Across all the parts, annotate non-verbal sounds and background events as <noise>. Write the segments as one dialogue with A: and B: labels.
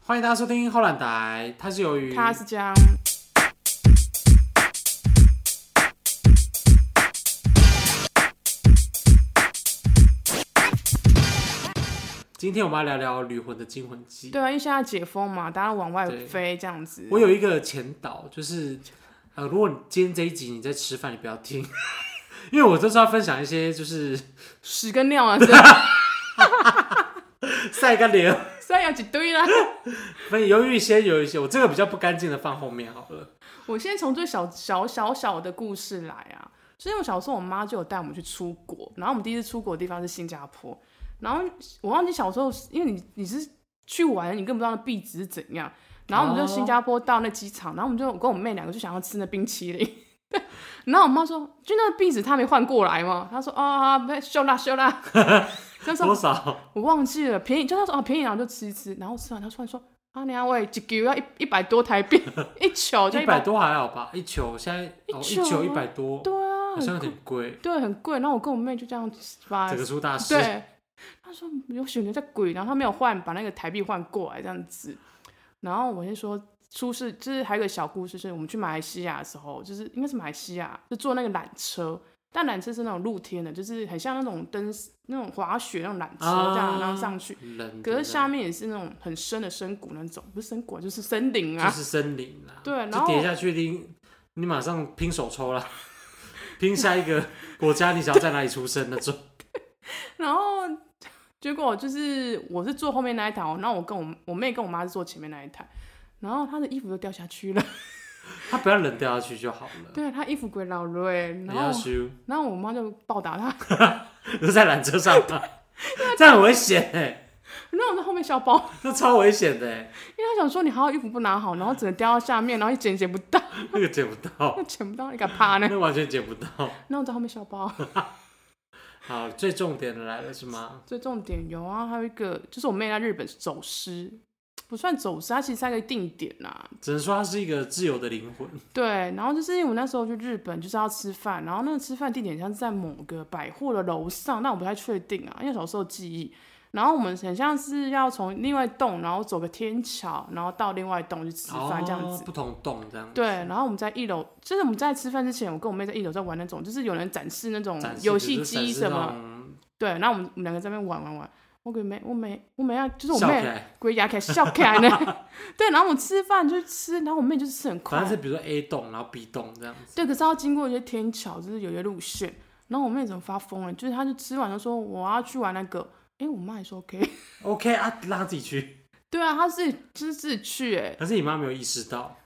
A: 欢迎大家收听后懒台，它是由于
B: 他是这样，
A: 今天我们要聊聊《旅魂的惊魂记》。
B: 对啊，因为现在解封嘛，大家往外
A: 对
B: 飞这样子。
A: 我有一个前导，就是呃，如果你今天这一集你在吃饭，你不要听， <laughs> 因为我都是要分享一些就是 <laughs>
B: 屎跟尿啊，真的
A: 晒干脸，
B: 虽然有几堆啦。
A: 分由于先有一些我这个比较不干净的放后面好了。
B: 我先从最小小小小的故事来啊，就是我小时候我妈就有带我们去出国，然后我们第一次出国的地方是新加坡，然后我忘记小时候，因为你你是去玩，你根本不知道那币值是怎样，然后我们就
A: 哦
B: 新加坡到那机场，然后我们就我跟我妹两个就想要吃那冰淇淋。 <laughs> 然后我妈说：“就那个壁纸，她没换过来吗？”她说：“啊、哦，修啦修啦。”
A: <laughs>
B: 她说
A: 多少？
B: 我忘记了，便宜就他说哦便宜，然后就吃一吃，然后吃完他突然说啊娘喂，一球要一一百多台币， <laughs> 一球就
A: 一
B: 一
A: 百
B: 百，
A: 多还好吧？一球现在哦，
B: 一球
A: 一球一百多，
B: 对啊，
A: 好像有
B: 很
A: 点贵。
B: 对啊很贵。然后我跟我妹就这样把
A: 整个出大事，
B: 对，他说嗯有选择在鬼，然后他没有换，把那个台币换过来这样子。然后我先说出事，就是还有一个小故事，是我们去马来西亚的时候，就是应该是马来西亚，就坐那个缆车，但缆车是那种露天的，就是很像那种登那种滑雪那种缆车这样，
A: 啊
B: 然后上去。
A: 人
B: 可是下
A: 面
B: 面也是那种很深的深谷那种，不是深谷啊，就是森林
A: 就
B: 啊。
A: 是森林啦，
B: 对然
A: 就
B: 后
A: 跌下去拎，你马上拼手抽啦， <laughs> 拼下一个国家，你想要在哪里出生那种。
B: 然后结果就是我是坐后面那一台哦，然后我跟我我妹跟我妈是坐前面那一台，然后她的衣服都掉下去
A: 嗯
B: 了，
A: 他不要人掉下去就好了。
B: 对，她衣服鬼老瑞，
A: 你
B: 然
A: 要
B: 后
A: 修，
B: 然后我妈就暴打她， <laughs>
A: 就在缆车上吧，这样很危险哎，
B: 然后我在后面小包，
A: 那超危险的欸，
B: 因为她想说你好好衣服不拿好，然后只能掉到下面，然后一捡捡不到， <laughs>
A: 那个捡不到，
B: 又捡不到，你敢趴呢？
A: 那完全捡不到。
B: 然后我在后面小包。
A: 好，最重点的来了是吗？
B: <laughs> 最重点有啊，还有一个就是我妹在日本走失，不算走失，她其实在一个定点啊啦、
A: 只能说他是一个自由的灵魂，
B: 对，然后就是因为我那时候去日本就是要吃饭，然后那个吃饭地点像是在某个百货的楼上，但我不太确定啊，因为小时候记忆。然后我们很像是要从另外一栋，然后走个天桥，然后到另外一栋去吃饭这样
A: 哦
B: 子。
A: 不同洞这样。
B: 对，然后我们在一楼，就是我们在吃饭之前，我跟我妹在一楼在玩那种，就是有人展示那种
A: 展示
B: 游戏
A: 就是展
B: 机
A: 示
B: 什
A: 那
B: 么。
A: 种
B: 对，然后我们我们两个在那边玩玩玩，我给妹，我妹，我妹啊，就是我
A: 笑起
B: 妹，
A: 来，
B: 鬼牙开始笑起来呢。 <laughs> 对，然后我们吃饭就吃，然后我妹就是吃很快
A: 反，正是比如说 A 洞，然后 B 洞这样子。
B: 对，可是要经过一些天桥，就是有些路线。然后我妹怎么发疯了？就是她就吃完就说我要去玩那个，哎，我妈还说 OK。 <laughs>
A: OK 啊，让他自己去，
B: 对啊，她自己就是自己去，哎，
A: 可是你妈没有意识到，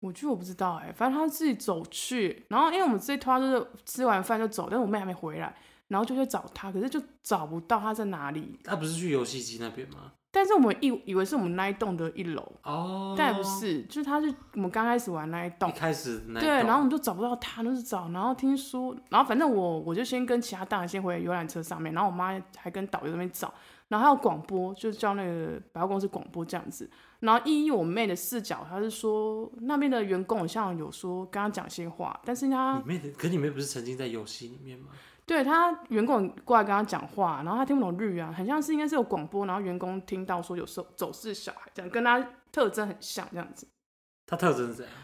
B: 我去我不知道，哎，反正她自己走去。然后因为我们这一拖就是吃完饭就走，但是我妹还没回来，然后就去找她，可是就找不到她在哪里。
A: 他不是去游戏机那边吗？
B: 但是我们以以为是我们那一栋的一楼，
A: 哦，
B: 但也不是，就是她是我们刚开始玩那一栋
A: 一。开始那一
B: 对，
A: 洞
B: 然后我们就找不到他，就是找，然后听说，然后反正我我就先跟其他大人先回游览车上面，然后我妈还跟导游那边找，然后还有广播，就叫那个百货公司广播这样子。然后依我妹的视角，她是说那边的员工好像有说跟她讲些话，但是她
A: 里面的，可你们不是沉浸在游戏里面吗？
B: 对她员工过来跟她讲话，然后她听不懂日语啊，很像是应该是有广播，然后员工听到说有时候走失小孩这样，跟她特征很像这样子，
A: 它特征是怎样？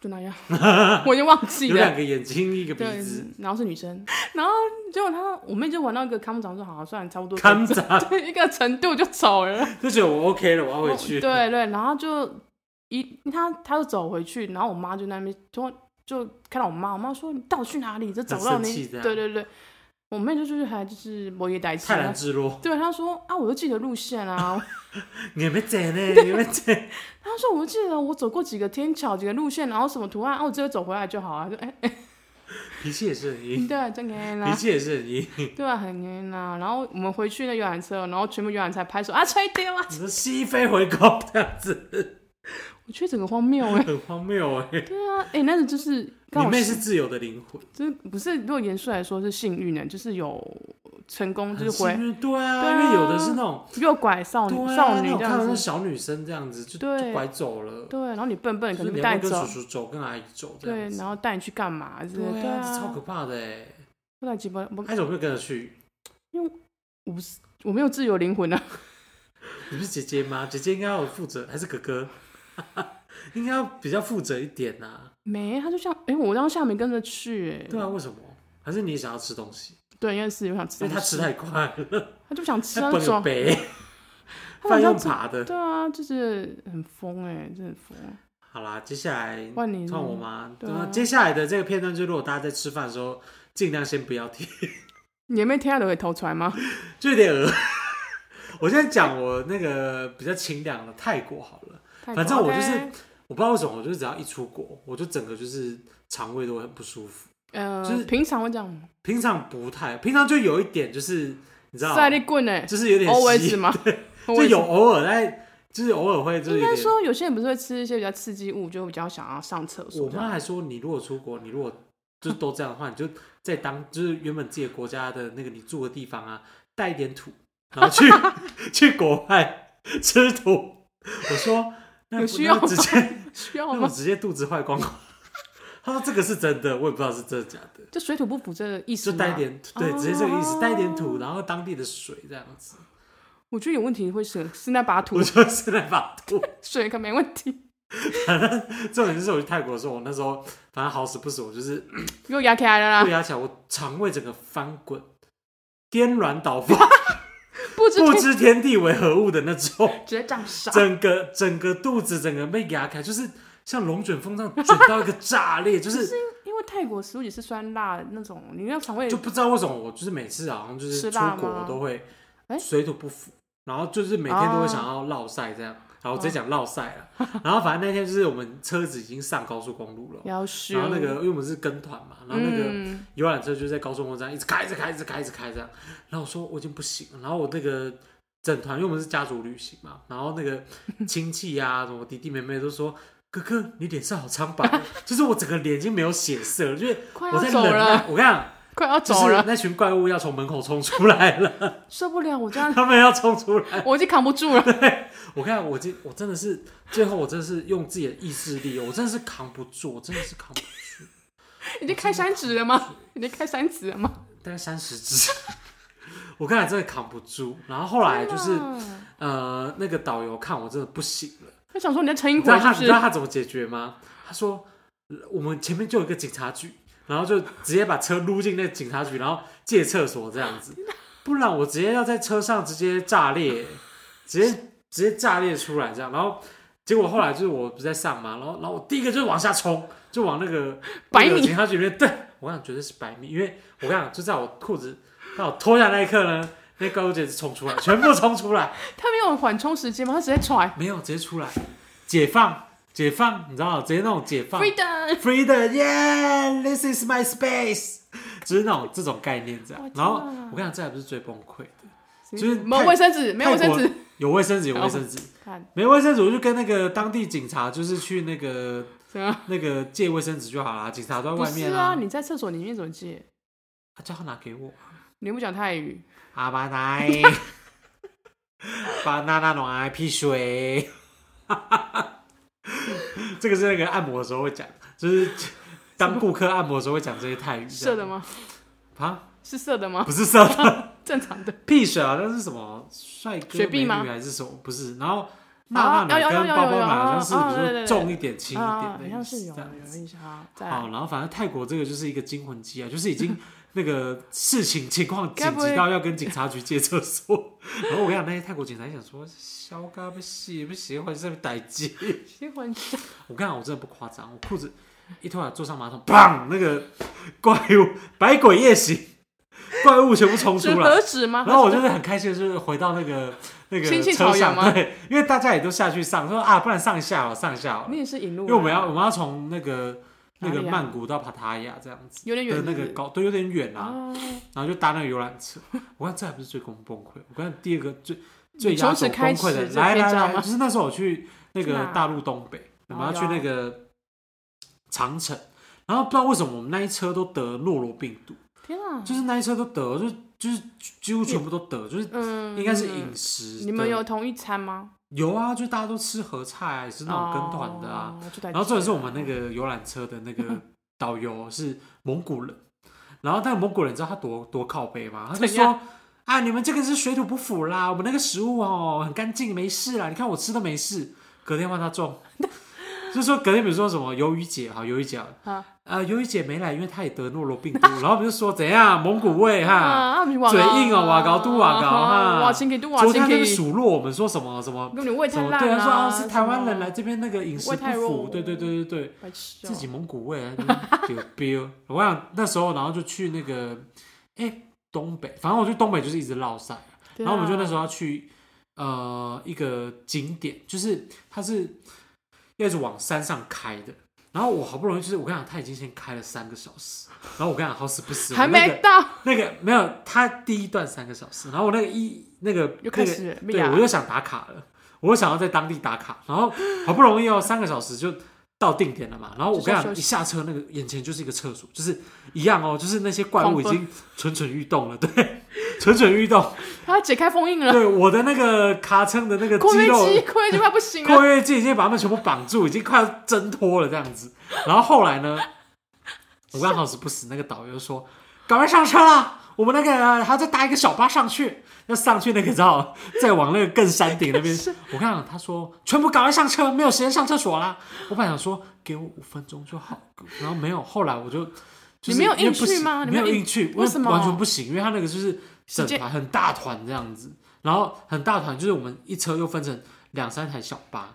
B: 就那样， <laughs> 我已经忘记
A: 有
B: 了
A: 两。个眼睛，一个鼻
B: 对
A: 子，，
B: 然后是女生，然后结果她我妹就玩到一个看不长，说好、啊，算了，差不多可以
A: 看着
B: 走 <laughs> 对一个程度就走了。
A: 就觉得我 OK 了，我要回去。
B: 哦对对，然后就一她她就走回去，然后我妈就在那边就就看到我妈，我妈说你到底去哪里？就找不到
A: 很生气
B: 你。
A: 这样
B: 对对对，我妹就是还就是我也带气
A: 泰。然自若，
B: 对，她说啊，我就记得路线啊。
A: <laughs> 你没整呢，你没整，
B: 她说我记得我走过几个天桥、几个路线，然后什么图案，啊，我直接走回来就好啊。就哎，嗯
A: 脾气也是很硬，
B: 对，啊真的啦
A: 脾。气也是很硬。
B: 对啊，很冤呐、然后我们回去那游览车，然后全部游览车拍手啊，吹丢啊！
A: 你说西飞回宫这样子，
B: 我觉得整个荒谬哎、
A: 很荒谬哎。
B: 对啊，哎、那个就是刚
A: 你
B: 好
A: 妹是自由的灵魂，
B: 就是不是？如果严肃来说是幸运呢、就是有成功，就
A: 很
B: 是回
A: 幸运对啊，
B: 对
A: 因
B: 啊
A: 为有的是那种
B: 诱拐少女、
A: 对
B: 少
A: 啊，
B: 女
A: 那我
B: 这
A: 看到
B: 样
A: 那
B: 子。
A: 小女生这样子就
B: 对
A: 就拐走了，
B: 对，然后你笨笨
A: 就
B: 可
A: 是
B: 能
A: 你
B: 被
A: 要
B: 带
A: 不跟
B: 走
A: 叔，叔走，跟阿姨走这
B: 对
A: 样，子。
B: 然后带你去干嘛之类的？对
A: 啊，这超可怕的哎。
B: 不然基本我
A: 她怎么会跟着去？
B: 我没有自由灵魂啊，
A: 你不是姐姐吗？姐姐应该要负责，还是哥哥？ <laughs> 应该要比较负责一点呐、
B: 没，他就像，哎、我当下没跟着去、哎，
A: 对啊，为什么？还是你也想要吃东西？
B: 对，应该是有想吃
A: 因
B: 东
A: 为他吃
B: 西，
A: 太快了，
B: 他就想吃
A: 他
B: 那
A: 崩了
B: 种，
A: 杯，
B: 他
A: 饭
B: 晚上
A: 用
B: 吃
A: 爬的。
B: 对啊，就是很疯哎、真的很疯。
A: 好啦，接下来
B: 换你是
A: 换
B: 吗
A: 我吗？
B: 对
A: 对
B: 啊
A: 啊，接下来的这个片段就是，如果大家在吃饭的时候，尽量先不要听，
B: 你有没有听到都给偷出来吗？
A: 就有点恶。 <laughs> 我现在讲我那个比较清凉的泰国好了，
B: 太
A: 反正我
B: 夸
A: 就是
B: 张
A: 我不知道为什么，我就是只要一出国，我就整个就是肠胃都会很不舒服。
B: 呃，
A: 就是哦
B: 平常会这样，
A: 平常不太，平常就有一点就是你知道，
B: 赛力棍哎、
A: 就是有点
B: always
A: 稀 <laughs>
B: 吗？
A: 就
B: Always
A: 有偶尔在，就是偶尔会就是
B: 应
A: 有
B: 该
A: 点。
B: 说有些人不是会吃一些比较刺激物，就比较想要上厕所
A: 我
B: 这
A: 妈
B: 样。
A: 还说，你如果出国，你如果就是都这样的话，你就在当就是原本自己的国家的那个你住的地方啊，带一点土，然后
B: <laughs>
A: 去去国外吃土。我
B: <laughs>
A: 说那
B: 有
A: 不
B: 需
A: 那
B: 要
A: 直接
B: 需要
A: 那我
B: 吗？
A: 直接肚子坏光光。 <laughs> 她说这个是真的，我也不知道是真的假的，
B: 就水土不服这个意思
A: 就
B: 吗
A: 带一，点对，直接这个意思，带一点土，然后当地的水这样子，
B: 我觉得有问题会是是那把土
A: 我就是在把土
B: 水可没问题， <laughs>
A: 重点就是我去泰国的时候，我那时候反正好死不死，我就是
B: 又压起来了
A: 被 <laughs>
B: 啦，
A: 压起来，我肠胃整个翻滚，颠鸾倒凤，
B: 不知
A: 不
B: 天
A: 知天地为何物的那种，
B: 直接这样傻，
A: 整个整个肚子整个被压开，就是像龙卷风这样卷到一个炸裂，就是
B: 因为泰国食物也是酸辣的那种，你那肠胃
A: 就不知道为什么我就是每次好像就是
B: 吃
A: 出
B: 辣吗
A: 国我都会
B: 哎
A: 水土不服，然后就是每天都
B: 哦
A: 会想要落晒这样，然后我直接讲落晒了，然后反正那天就是我们车子已经上高速公路了。
B: 要修
A: 然后那个，因为我们是跟团嘛，然后那个
B: 嗯，
A: 游览车就在高速公路上一直开，一直开，一直开，一直开这样。然后我说我已经不行了，然后我那个整团，因为我们是家族旅行嘛，然后那
B: <laughs>
A: 个亲戚呀、什么弟弟妹妹都说。哥哥，你脸色好苍白哦，就是我整个脸已经没有血色了，就是
B: 快
A: 我
B: 要 <laughs>
A: 在
B: 走
A: 忍耐。
B: 了，
A: 我跟你讲，
B: 快要
A: 就
B: 走
A: 是
B: 了，
A: 那群怪物要从门口冲出来了， <laughs>
B: 受不了，我这样
A: 他们要冲出来。
B: 我已经扛不住了，
A: 我跟你讲，我这我真的是最后，我真的是用自己的意志力，我真的是扛不住，我真的是扛不住。
B: <laughs> 已经开三指
A: <laughs>
B: 了吗？已经开三指了吗？
A: 大概三十只。 <laughs> 我刚才真的扛不住，然后后来哎就是
B: 啊
A: 呃，那个导游看我真的不行了，
B: 他想说你在撑一
A: 你知道
B: 会
A: 他你
B: 是不
A: 知
B: 是
A: 道？他怎么解决吗？他说呃我们前面就有一个警察局，然后就直接把车撸进那个警察局，然后借厕所这样子，不然我直接要在车上直接炸裂，直接直接炸裂出来这样，然后。结果后来就是我不是在上嘛，然后然后我第一个就是往下冲，就往那个
B: <laughs> 百米
A: 那个警察局里面，对我跟你讲绝对是百米，因为我跟你讲就在我裤子到我脱下那一刻呢，那怪物简直冲出来，全部冲出来，
B: 他没有缓冲时间吗？他直接踹
A: 没有，直接出来，解放，解放，你知道，直接那种解放
B: freedom，
A: ，freedom，yeah，this is my space，就是那种这种概念这
B: 我
A: 样。
B: 知道
A: 然后我跟你讲，这还不是最崩溃的，就是
B: 没有
A: 泰
B: 卫生纸，没有卫生
A: 泰
B: 纸
A: 国，有卫生纸，有卫生纸，
B: 看
A: 没卫生纸我就跟那个当地警察就是去那个
B: 怎样？
A: 那个借卫生纸就好了，警察都在
B: 不
A: 外
B: 是
A: 面
B: 啊，你在厕所里面怎么借？
A: 他叫他拿给我，
B: 你又不讲泰语，
A: 阿巴奶，巴娜娜暖爱屁水， <laughs> 这个是那个按摩的时候会讲，就是当顾客按摩的时候会讲这些泰语。
B: 色的？吗？
A: 啊，
B: 是色的吗？
A: 不是射的， <laughs>
B: 正常的。
A: 屁水啊，那是什么帅哥
B: 雪碧吗啊
A: 美女还是什么？不是，然后娜娜
B: 有
A: 奶
B: 有有
A: 跟包包
B: 有有
A: 奶好
B: 哦
A: 像
B: 哦
A: 是
B: 对
A: 不
B: 对对
A: 是重一点轻一
B: 啊，
A: 点的
B: 好
A: 意思，
B: 像是有
A: 这
B: 有
A: 样子
B: 印象啊，再
A: 好，
B: 来。
A: 哦然后反正泰国这个就是一个惊魂记啊，就是已
B: <laughs>
A: 经那个事情情况紧
B: 该不会
A: 急到要跟警察局借厕所，然后我跟你讲，那些泰国警察想说，小嘎被洗被洗坏是被逮鸡，
B: 结婚证
A: 我跟你讲，我真的不夸张，我裤子一脱下来坐上马桶，砰，那个怪物百鬼夜行，怪物全部冲
B: 纸
A: 出来
B: 何。止吗？
A: 然后我就是很开心，就是回到那个那个
B: 亲戚
A: 车
B: 草原
A: 上，
B: 吗
A: 对，因为大家也都下去上，说啊，不然上一下哦，上一下哦，
B: 你也是引路人，
A: 因为我们要我们要从那个那
B: 啊哪
A: 个
B: 里啊
A: 曼谷到帕塔亚这样子
B: 有点
A: 的
B: 远
A: 那个高，对，有点远啊，
B: 啊，
A: 然后就搭那个游览车。我看这还不是最崩崩溃，我看第二个最最
B: 你从
A: 压
B: 此
A: 轴
B: 开
A: 崩
B: 始
A: 溃的，
B: 这
A: 来
B: 篇
A: 来
B: 章
A: 来，
B: 吗
A: 就是那时候我去那
B: 去
A: 个
B: 哪
A: 大陆东北，我们
B: 哦
A: 要去
B: 有
A: 那个长城，然后不知道为什么我们那一车都得诺罗病毒，
B: 天啊！
A: 就是那一车都得，就就是几乎全部都得，就是
B: 嗯，
A: 应该是饮食的。
B: 你们有同一餐吗？
A: 有啊，就大家都吃合菜啊，也是那种跟团的啊。
B: 哦，就在
A: 然后重点是我们那个游览车的那个导游是蒙古人，然后那个蒙古人你知道他多多靠背吗？他就
B: 怎样
A: 说：“啊，你们这个是水土不服啦，我们那个食物哦很干净，没事啦，你看我吃都没事。隔天换他
B: <laughs>
A: 中，就是说隔天比如说什么鱿鱼姐，好鱿鱼姐好了，
B: 啊
A: 呃鱿鱼姐没来，因为她也得诺罗病毒，然后我们就说怎样蒙古胃哈，
B: 啊，你瓦
A: 哎嘴硬哦瓦高都瓦高哈
B: 瓦清给都瓦
A: 昨
B: 清
A: 天那个
B: 给，
A: 数落我们说什么什
B: <laughs>
A: 么。
B: 跟你胃
A: 什
B: 太
A: 么
B: 烂
A: 对
B: 了、
A: 他说啊是台湾人来
B: 什么，
A: 这边那个饮食
B: 胃
A: 不
B: 太
A: 符
B: 弱，
A: 对对对对对，
B: 白痴、哦，
A: 自己蒙古味啊， <laughs> 有标。我想那时候，然后就去那个，哎、东北，反正我去东北就是一直绕散。
B: 对
A: 然后我们就那
B: 啊
A: 时候要去呃一个景点，就是它是要一直往山上开的。然后我好不容易就是我跟你讲，他已经先开了三个小时。然后我跟你讲，好死不死，
B: 还
A: 我那
B: 没
A: 个
B: 到，
A: 那个没有，他第一段三个小时，然后我那个一那个那
B: 又开
A: 个
B: 始了哎被
A: 对，
B: 压
A: 我又想打卡了，我又想要在当地打卡，然后好不容易哦，三个小时就到定点了嘛。然后我
B: 就是
A: 跟
B: 要
A: 你讲，
B: 休息
A: 一下车那个眼前就是一个厕所，就是一样哦，就是那些怪物
B: 狂
A: 已
B: 奔
A: 经蠢蠢欲动了，对， <laughs> 蠢蠢欲动。
B: 他解开封印了，
A: 对，我的那个卡撑的那个
B: 扩
A: 肌
B: 约
A: 肉，
B: 肌，扩约 <laughs> 肌快不行
A: <laughs>
B: 了
A: 括，约肌已经把他们全部绑住，已经快要挣脱了这样子。然后后来呢，我刚好死不死，那个导游说：“赶快上车啦！我们那个还要再搭一个小巴上去，要上去那个道，再往那个更山顶那
B: <laughs>
A: 边。”我看到他说：“全部赶快上车，没有时间上厕所啦。”我本来想说给我五分钟就好，然后没有。后来我就。就是
B: 你没有
A: 因为
B: 硬
A: 不
B: 去
A: 行
B: 吗你
A: 没
B: 没
A: 有
B: 有硬
A: 硬去，
B: 为什么
A: 完全不行？因为他那个就是整
B: 时间
A: 团很大团这样子，然后很大团就是我们一车又分成两三台小巴，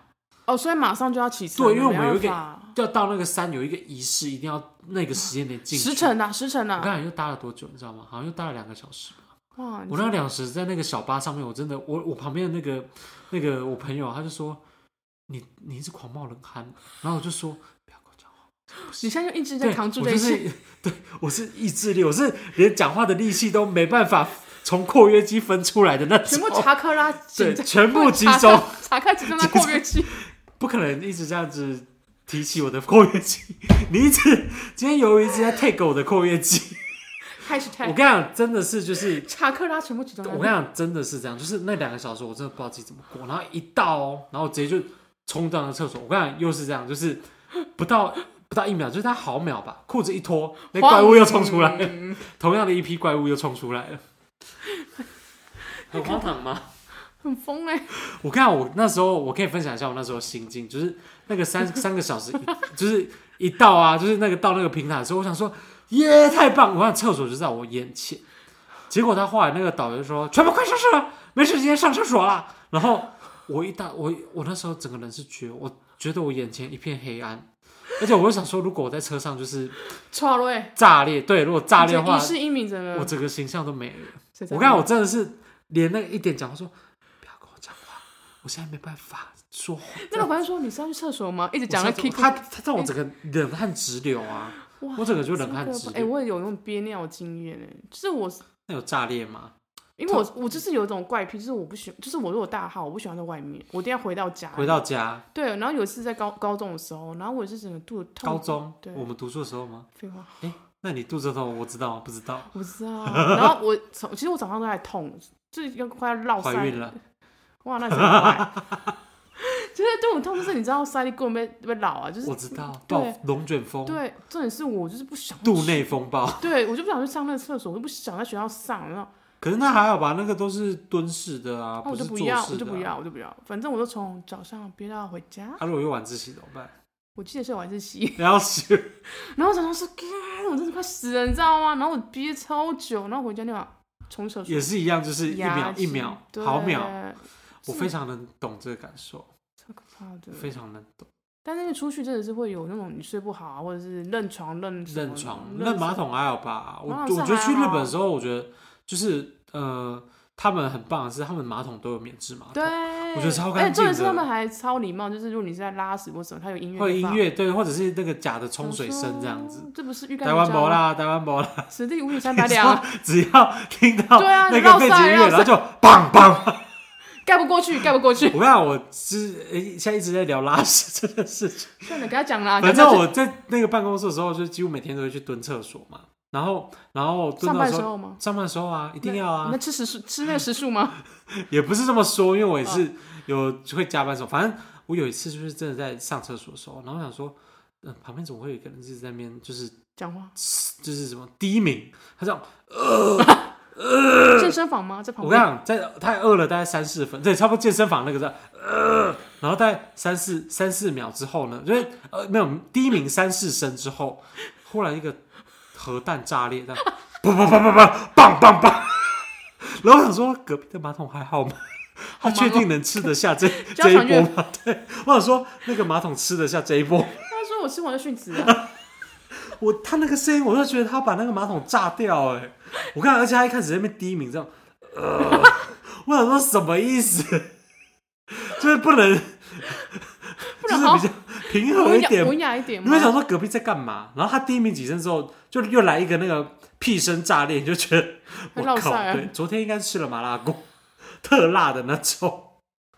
B: 哦，所以马上就要起程了，
A: 对，因为我们有一
B: 没
A: 个
B: 办法
A: 要到那个山有一个仪式，一定要那个时间点进去。
B: 时辰啊，时辰
A: 我刚
B: 啊，
A: 才又搭了多久，你知道吗？好像又搭了两个小时。
B: 哇，你
A: 我那两小时在那个小巴上面，我真的，我我旁边的那个那个我朋友他就说，你你一直狂冒冷汗，然后我就说不要跟我讲话。
B: 你现在就一直在
A: 对，
B: 扛住
A: 我
B: 这一
A: 就
B: 切，
A: 是 <laughs> 对，我是意志力，我是连讲话的力气都没办法从括约肌分出来的那
B: 全
A: 种
B: 部，查克拉紧
A: 对，
B: 张，
A: 全部集
B: 查克
A: 中，，
B: 查克集
A: <laughs>
B: 中在括约肌，
A: 不可能一直这样子提起我的括约肌。 <laughs> 你一直今天由于一直在 take 我的括约肌，
B: 开始
A: 我
B: 太
A: 跟你讲，真的是就是，
B: 查克拉全部集中在
A: 我跟你讲，真的是这样，就是那两个小时我真的不知道自己怎么过，然后一到哦，然后直接就冲到那厕所，我跟你讲，又是这样，就是不到。不到一秒，就是他毫秒吧，裤子一脱，那怪物又冲出来了。
B: 嗯
A: 同样的一批怪物又冲出来了，很荒唐吗？
B: 很疯哎、
A: 我看我那时候，我可以分享一下我那时候心境，就是那个三三个小时一， <laughs> 就是一到啊，就是那个到那个平台的时候，我想说耶，太棒！我想厕所就在我眼前，结果他后来那个导游就说全部快上车了，没时间上厕所啦。然后我一到我我那时候整个人是绝，我觉得我眼前一片黑暗，而且我就想说，如果我在车上就是
B: 错了哎，
A: 炸裂，对，如果炸裂的话
B: 一，世英名整个
A: 我，整个形象都没了。
B: 谁在
A: 我看
B: 乎
A: 我真的是连那个一点讲话说，不要跟我讲话，我现在没办法说话。
B: 那个管理说你是要去厕所吗？一直
A: 我
B: 讲了
A: 上次
B: kick，
A: 他他让我整个冷汗直流啊，
B: 哇
A: 我整个就冷汗直
B: 哎、
A: 流。
B: 我也有那种憋尿的经验哎、就是我，
A: 那有炸裂吗？
B: 因为我我就是有一种怪癖，就是我不喜，就是我如果大号，我不喜欢在外面，我一定要回到家。
A: 回到家，
B: 对，然后有一次在高高中的时候，然后我也是整个肚子痛。
A: 高中
B: 对
A: 我们读书的时候吗？
B: 废话，
A: 那你肚子痛，我知道吗？不知道，
B: 我不知道。然后我从其实我早上都在痛，就是要快要落
A: 怀
B: 腮
A: 孕了，
B: 哇，那真快。 <laughs> 就是对我痛，就是你知道塞利棍被被老啊，就是
A: 我知道，
B: 对
A: 暴龙卷风，
B: 对，重点是我就是不想
A: 肚
B: 去，
A: 内风暴。
B: 对我就不想去上那个厕所，我就不想在学校上，然后
A: 可是那还好吧，那个都是蹲式的啊，
B: 啊我
A: 是
B: 就
A: 坐
B: 不
A: 式
B: 要，我就不
A: 的啊。
B: 要，我就不要，反正我就从早上憋到回家。
A: 他如果有晚自习怎么办？ <laughs>
B: 我记得是晚自习，
A: 然后是
B: 然后早上说，干，我真的快死了，你知道吗？然后我憋超久，然后回家那晚冲厕所
A: 也，是一样，就是一
B: 牙 <laughs>
A: 秒一
B: 齿
A: 秒
B: 对
A: 毫秒，我
B: 是
A: 非常能懂这个感受。
B: 超可怕的。
A: 非常难懂。
B: 但是出去真的是会有那种你睡不好啊，或者是认床认什么
A: 认床、
B: 认
A: 认马桶还好吧？我
B: 马
A: 我
B: 桶是
A: 觉得去
B: 还
A: 日
B: 好
A: 本的时候，我觉得就是呃，他们很棒的是，他们马桶都有免治马
B: 对
A: 桶，，我觉得超
B: 而
A: 干
B: 且
A: 净
B: 重
A: 的
B: 点是他们还超礼貌，就是如果你是在拉屎或什么，他有音乐嗯
A: 或者
B: 会
A: 音
B: 放，
A: 乐对，或者是那个假的
B: 想
A: 冲水声这样子。
B: 说，这不是欲盖
A: 台
B: 弥
A: 湾
B: 彰
A: 博
B: 吗？
A: 啦，台湾
B: <laughs>
A: 博啦，
B: 此地无银三
A: 你
B: 百
A: <laughs>
B: 两，啊
A: 说只要听到
B: 对啊
A: 那
B: 你
A: 个
B: 绕
A: 背景
B: 赛
A: 音乐，
B: 绕
A: 然后就棒棒。
B: 盖不过去，盖不过去。
A: <laughs> 我跟你讲，我是诶现在一直在聊拉屎这件事情。
B: 算了，给他讲啦。
A: 反正
B: 讲到
A: 我在那个办公室的时候，就几乎每天都会去蹲厕所嘛。然后，然后
B: 这
A: 蹲
B: 上
A: 到
B: 班
A: 的
B: 时
A: 时候，
B: 候吗？
A: 上班的时候啊，一定要啊
B: 你在。吃时数，吃那个时数吗？
A: 也不是这么说，因为我也是有会加班的时候，反正我有一次就是真的在上厕所的时候，然后我想说，嗯、旁边总会有一个人一直在那边就是
B: 讲话，
A: 嘶就是什么低鸣，他这样
B: 这健身房吗？在旁
A: 我跟你
B: 边
A: 讲，在太饿了，大概三四分，对，差不多健身房那个是，呃，然后大概三四三四秒之后呢，就是呃没有第一名三四声之后，忽然一个核弹炸裂，这样，砰砰砰砰砰， <laughs> 棒棒棒，然后我想说隔壁的马桶还好吗？他
B: 忙哦
A: 确定能吃得下这
B: 交
A: 这一
B: 响乐
A: 波吗？ <laughs> 对，我想说那个马桶吃得下这一波，
B: 他说我吃完就殉职
A: <laughs>
B: 啊了，
A: 我他那个声音，我就觉得他把那个马桶炸掉哎、我看，而且他一开始在那边低鸣这样，呃，我想说什么意思？ <laughs> 就是不能，就
B: 不然
A: 是
B: 好
A: 比较平和
B: 文
A: 一
B: 雅
A: 点。
B: 文雅一点
A: 你
B: 吗
A: 会？想说隔壁在干嘛？然后他低鸣几声之后，就又来一个那个屁声炸裂，你就觉得
B: 他
A: 我
B: 落
A: 靠
B: 塞啊，
A: 对，昨天应该吃了麻辣锅，特辣的那种。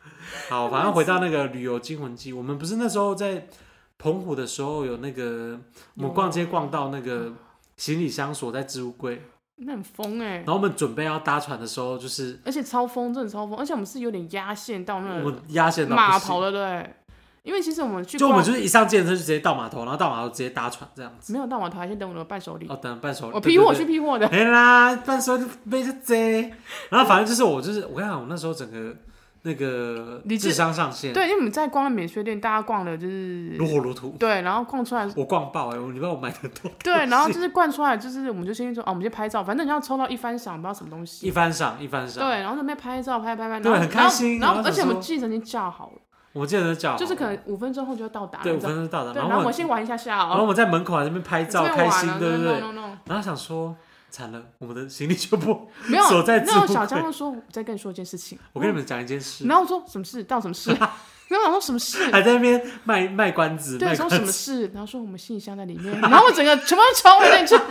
B: <laughs>
A: 好，反正回到那个旅游惊魂记，我们不是那时候在澎湖的时候有那个，我
B: 有
A: 们逛街逛到那
B: 嗯
A: 个行李箱锁在置物柜，
B: 那很疯哎
A: 然，后我们准备要搭船的时候，就是
B: 而且超疯，真的超疯，而且我们是有点压线到
A: 我
B: 那
A: 们
B: 个
A: 压线到
B: 码
A: 不行
B: 头，了，对不对。因为其实我们去
A: 就我们就
B: 逛
A: 是一上健身就直接到码头，然后到码头直接搭船这样子。
B: 没有到码头，还先等我的伴手礼
A: 哦，，等伴手礼，
B: 我
A: 对
B: 批货
A: 对
B: 去
A: 对
B: 批货的，
A: 没哎啦，半手就被这贼。然后反正就是我就是我跟你讲，我那时候整个那个
B: 理智
A: 智商上线，
B: 对，因为我们在逛了免税店，大家逛了就是
A: 如火如荼。
B: 对，然后逛出来
A: 我逛爆哎、我你知道我买的多。
B: 对，然后就是逛出来，就是我们就先去说，哦，我们先拍照，反正你要抽到一番赏，不知道什么东
A: 一
B: 西。
A: 番赏一番
B: 对，
A: 赏，
B: 然后那边拍照，拍拍拍，然
A: 对
B: 后
A: 很开
B: 然后
A: 心
B: 然后
A: 然后
B: 而且
A: 想
B: 我们
A: 说
B: 记者已经叫好了，
A: 我记得叫
B: 就是可能五分钟后就要到达，
A: 对
B: 你
A: 五
B: 知道
A: 分钟到达，
B: 对，
A: 然
B: 然后
A: 后
B: 我
A: 我
B: 先玩一下下
A: 然后
B: 哦，
A: 我们在门口在那边拍照
B: 这边
A: 开
B: 玩
A: 心
B: 啊，
A: 对不对？
B: ？no no no，
A: 然后想说惨了，我们的行李就不，<laughs>
B: 没有，
A: 手在置
B: 那
A: 物
B: 种小
A: 柜
B: 江就说，我再跟你说一件事情，
A: <laughs> 我跟你们讲一件事，
B: 然后我说什么事，到什么事，
A: <laughs>
B: 然后我说什么事，
A: 还在那边卖卖关子，
B: 对，
A: 卖
B: 说
A: 关
B: 什么
A: 子。
B: 事，然后说我们行李箱在里面，然后我整个全部都冲了进去，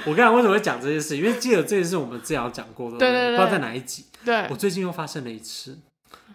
A: 我跟你讲为什么会讲这件事，因为记得这件事我们之前有讲过的，
B: 对对
A: 不
B: 对
A: 知道在哪一集。
B: <laughs> 对
A: 我，最近又发生了一次，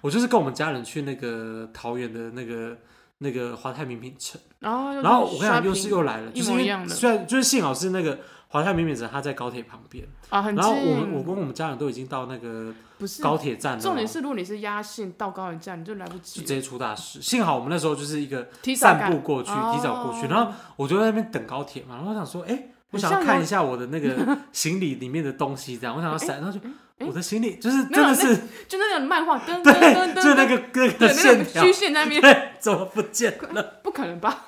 A: 我就是跟我们家人去那个桃园的那个那个华泰名品城。
B: 然后又
A: 然后
B: 去
A: 我跟你讲，又
B: shopping
A: 是又来了，
B: 一
A: 就是
B: 模
A: 因
B: 一样
A: 为
B: 的
A: 虽然就是幸好是那个华泰名品城，它在高铁旁边，
B: 啊，很
A: 然
B: 近，
A: 后我们我跟我们家人都已经到那个
B: 不是
A: 高铁站了，
B: 重点是，如果你是压线到高原站，你就来不
A: 嗯
B: 及
A: 就直
B: 了，
A: 接出大事。幸好我们那时候就是一个
B: 提早
A: 散
B: 赶
A: 步过去，
B: 哦
A: 提早过去，然后我就在那边等高铁嘛，然后我想说，哎、我想要
B: 很像
A: 看
B: 有
A: 一下我的那
B: <laughs>
A: 个行李里面的东西，这样我想要闪，然后就
B: 诶
A: 我的行李就是
B: 没有
A: 真的是
B: 就那种漫画噔噔
A: 对
B: 噔噔，
A: <laughs> 就那个那
B: 噔，
A: 个
B: 对，那
A: 线
B: 个
A: 条
B: 虚，线在那边，
A: 对， <laughs> 怎么不见了？
B: 不可能 <laughs> 吧？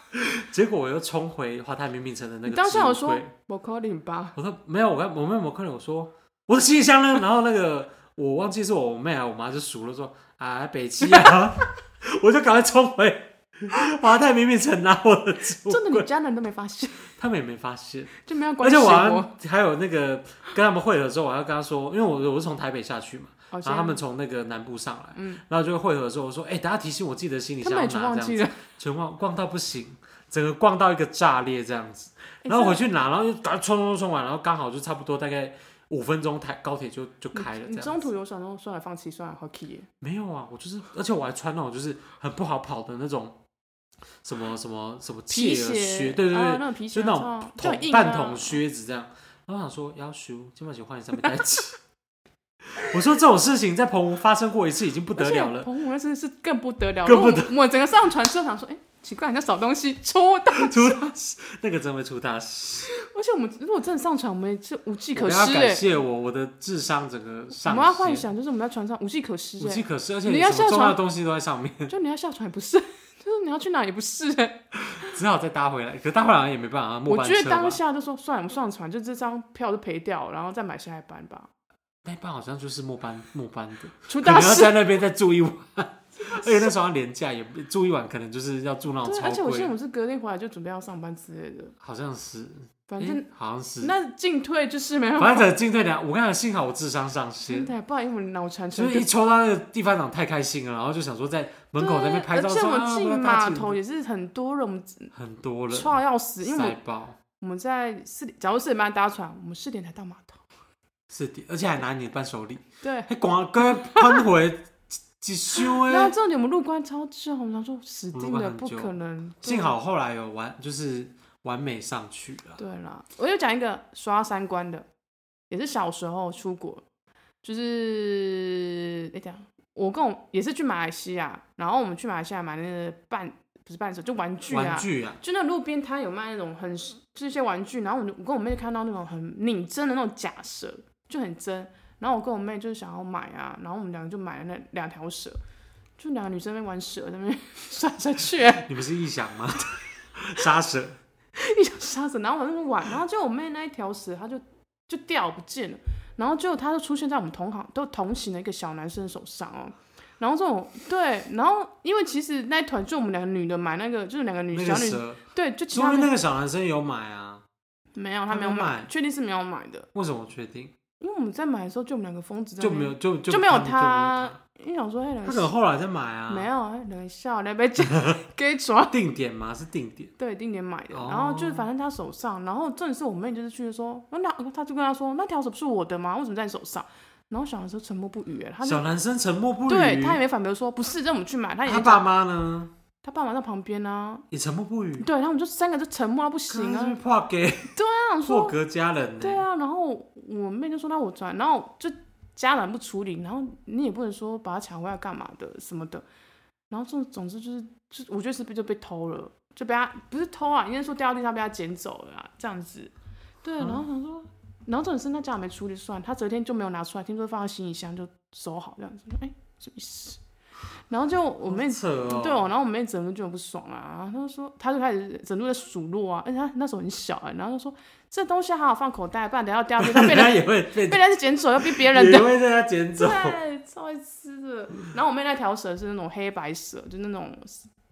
A: 结果我又冲回华泰名品城的那
B: 你
A: 个
B: 当
A: 置
B: 下
A: 物
B: 我说
A: 柜。
B: 我可领吧，
A: 我说没有，我跟我妹我客人我说我的行李箱呢？然后那个我忘记是我妹还是我妈就数了说啊北七啊， <laughs> 我就赶快冲回华泰名品城拿我的置物
B: 真的你
A: 柜，
B: 家人都没发现，
A: 他们也没发现。
B: 就没有
A: 而
B: 关
A: 且
B: 系
A: 我啊还
B: 我。
A: 还有那个跟他们会合之后，我还要跟他说，因为我我是从台北下去嘛，
B: 好
A: 然后他
B: 像
A: 们从那个南部上来，
B: 嗯
A: 然后就会合的时候我说，哎、大家提醒我自己的行李
B: 他
A: 箱
B: 们
A: 要拿
B: 也全
A: 这样
B: 忘
A: 子
B: 记，了，
A: 全忘逛到不行，整个逛到一个炸裂这样子。
B: 欸
A: 然后回
B: 真的
A: 去拿，然后就打冲冲冲完，然后刚好就差不多大概五分钟台高铁就就开了这
B: 你
A: 样。
B: 中途有想说算了放弃算了，好 key 耶，
A: 没有啊，我就是，而且我还穿那种就是很不好跑的那种什么什么什么
B: 皮
A: 企鹅靴，
B: 鞋，
A: 对对
B: 啊
A: 对，
B: 那种皮
A: 就
B: 鞋
A: 那种
B: 种就
A: 筒
B: 很硬啊
A: 半筒靴子这样。然后我想说要修，今晚去换一下没带起。 <laughs> 我说这种事情在澎湖发生过一次，已经不得了
B: 而且
A: 了。
B: 澎湖那真的是更不得了，
A: 更不
B: 得。我整个上船之后想说，哎、奇怪，人家少东西，抽到。
A: 出大事，那个真会出大事。
B: 而且我们如果真的上船，我们也是无计
A: 我
B: 可
A: 要
B: 施
A: 感
B: 哎、
A: 谢我，我的智商整个
B: 我
A: 上
B: 们要幻
A: 线，
B: 想，就是我们在船上无计可施
A: 无
B: 哎、
A: 计可施，而且
B: 你
A: 你
B: 要
A: 什么
B: 下
A: 重要
B: 床
A: 的东西都在上面。 <laughs>
B: 就你要下船也不是， <laughs> 就是你要去哪也不是哎、
A: 只好再搭回来，可是搭回来好像也没办法，末
B: 我
A: 班
B: 觉
A: 车
B: 得
A: 吧
B: 当下就说算了，我们上船就这张票就赔掉，然后再买下一班吧。
A: 那一班好像就是末班末班的，
B: 出
A: 可
B: 大
A: 能要
B: 事。
A: 在那边再住一晚，而且那时候要廉价，也不住一晚可能就是要住那种
B: 对，而且
A: 超
B: 我记得
A: 贵，
B: 我们是隔天回来就准备要上班之类的，
A: 好像是，
B: 反
A: 诶
B: 正、
A: 好像是，
B: 那进退就是没办
A: 反正
B: 法。
A: 整个进退两，我刚才幸好我智商上
B: 真
A: 线，
B: 的，不然因为我脑残
A: 就
B: 成
A: 是一抽到那个地方长太开心了，然后就想说在门口在那边拍照，
B: 对而且
A: 说
B: 我
A: 啊，
B: 们
A: 要
B: 进
A: 搭
B: 码
A: 进
B: 头也是很多人，我们
A: 很多人
B: 串要死，因为我
A: 塞
B: 们
A: 爆
B: 我们在四点，假如四点半搭船，我们四点才到码头。
A: 是的，而且还拿你的伴手礼，
B: 对，
A: 还广跟喷回几修
B: 然后
A: 哎。
B: 重点我们入关超久，我们想说死定
A: 我们
B: 了，
A: 入关
B: 不
A: 很久
B: 可能。对
A: 幸好后来有完，就是完美上去了。
B: 对啦，我就讲一个刷三观的，也是小时候出国，就是哎讲，我跟我也是去马来西亚，然后我们去马来西亚买那个伴不是伴手，就玩具啊，
A: 玩具啊，
B: 就那路边摊有卖那种很就是一些玩具，然后我就我跟我妹看到那种很拧针的那种假蛇，就很真。然后我跟我妹就是想要买啊，然后我们两个就买了那两条蛇，就两个女生在那边玩蛇，在那边甩下去、
A: 你不是臆想吗？ <laughs> 杀蛇，
B: <laughs> 一条沙子，然后我在那边玩，然后就我妹那一条蛇，它就就掉不见了，然后就它就出现在我们同行都同行的一个小男生手上哦。然后这种对，然后因为其实那一团就我们两个女的买那个，就是两个女
A: 那
B: 小
A: 个
B: 女
A: 蛇，
B: 对，就其
A: 说
B: 他
A: 明那
B: 没
A: 个小男生有买啊？
B: 没有，他
A: 他
B: 没
A: 没
B: 有
A: 有
B: 买
A: 买，
B: 确定是没有买的，
A: 为什么我确定
B: 因为我们在买的时候就我们两个疯子在
A: 就
B: 那
A: 没
B: 边
A: 有就就
B: 就没有
A: 他们就没有
B: 他
A: 他？
B: 你想说哎，两
A: 他
B: 个
A: 可能后来再买啊？
B: 没有哎，两个笑来被
A: <laughs>
B: 讲给抓，
A: 定点吗？是定点。
B: 对，定点买的，
A: 哦
B: 然后就是反正他手上，然后重点是我妹就是去说，那那他就跟他说，那条蛇不是我的吗？为什么在你手上？然后小男生沉默不语，哎他就
A: 小男生沉默不语，
B: 对他也没反驳说不是，让我们去买，他也
A: 他
B: 没
A: 爸
B: 讲
A: 妈呢
B: 他爸妈在旁边啊，
A: 也沉默不语，
B: 对，然后我们就三个就沉默到不行啊，
A: 破
B: <laughs>
A: 给
B: 他想
A: 破
B: 说
A: 格家人呢、
B: 对啊，然后我妹就说那我转，然后就家长不处理，然后你也不能说把他抢回来干嘛的什么的，然后总总之就是就我觉得是不是就被偷了，就被他不是偷啊，应该说掉到地上被他捡走了啊，这样子。对，
A: 嗯
B: 然后想说，然后这种事那家长没处理算，他昨天就没有拿出来，听说放到行李箱就收好这样子，哎，什么意思？然后就我妹
A: 好扯哦，
B: 对哦，然后我妹整个就很不爽啊，她就说，她就开始整路在数落啊，而且她那时候很小啊、然后就说这东西还好放口袋，不然等一下
A: <laughs>
B: 掉地上被
A: 人家
B: 人
A: 也会被
B: 被人家捡走，要逼别人
A: 也
B: 的。
A: 会被他捡走，
B: 对，啊超爱吃的。然后我妹那条蛇是那种黑白蛇，就那种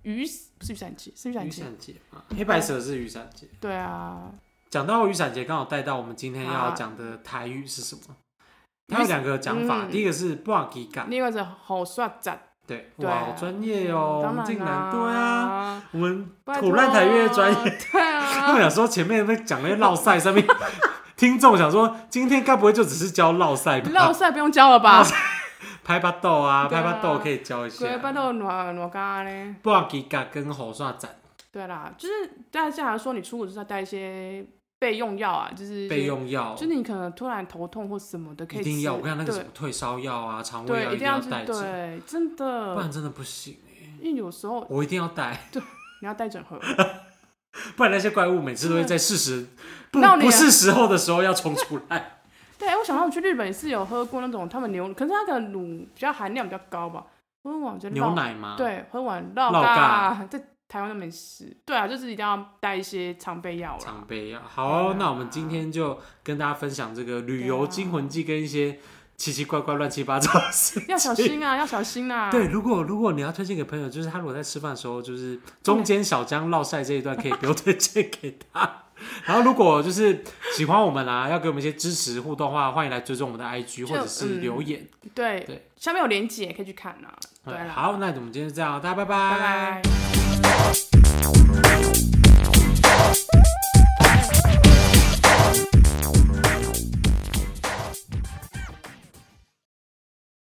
B: 雨不是雨伞节，是雨伞
A: 雨
B: 节。
A: 伞节嘛，黑白蛇是雨伞节。
B: 对啊，
A: 讲到雨伞节，刚好带到我们今天要
B: 啊
A: 讲的台语是什么？
B: 雨
A: 它有两个讲法，
B: 啊嗯
A: 第一个是布瓦吉嘎，
B: 另外是好帅仔，
A: 对，
B: 对啊
A: 哇，好专业哦，我
B: 当
A: 们
B: 然
A: 竟
B: 啦，
A: 然对啊，
B: 啊，
A: 我们苦烂台越专业，
B: 对
A: <laughs> 他们
B: 啊，
A: 想说前面那讲那些绕赛
B: <laughs>
A: 上面，听众想说今天该不会就只是教绕赛
B: 绕
A: 吧？
B: 赛不用教
A: <laughs>
B: 了吧？
A: 拍巴豆啊，
B: 对啊啊
A: 拍巴豆可以教一下
B: 鬼。巴豆暖暖咖嘞。
A: 布瓦吉嘎跟猴刷展
B: 对啦，就是大家还说你出国就是要带一些备用药啊，就是一些
A: 备，用药
B: 就是你可能突然头痛或什么的，可以
A: 一定要，
B: 吃
A: 我看那个什
B: 对
A: 么退烧药啊、肠胃药
B: 对，
A: 定
B: 一定要吃
A: 带着，
B: 对，真的
A: 不，然真的不行欸
B: 因为有时候
A: 我一定要带，
B: 你要带整盒，
A: <laughs> 不然那些怪物每次都会在事实不
B: 闹你啊
A: 不是时候的时候要冲出
B: <laughs>
A: 来。
B: 对，我想到我去日本也是有喝过那种他们牛，可是它的乳比较含量比较高吧，喝完就
A: 牛
B: 绕，
A: 奶吗？，
B: 对，喝完绕
A: 绕
B: 大，在台湾都没吃，对啊，就是一定要带一些常备药啦，
A: 常备药。好
B: 对啊，
A: 那我们今天就跟大家分享这个旅游
B: 对啊
A: 惊魂记跟一些奇奇怪怪、乱七八糟的事 <laughs>
B: 要小心啊，要小心啊，
A: 对，如果如果你要推荐给朋友，就是他如果在吃饭的时候，就是中间小江落晒这一段，可以不用推荐给他。 <laughs> 然后如果就是喜欢我们啊，要给我们一些支持互动的话，欢迎来追踪我们的 IG 或者是
B: 嗯
A: 留言。
B: 对
A: 对
B: 下面有链接可以去看啊，对
A: 对，
B: 啦，
A: 好，那我们今天就这样，大家拜
B: 拜拜。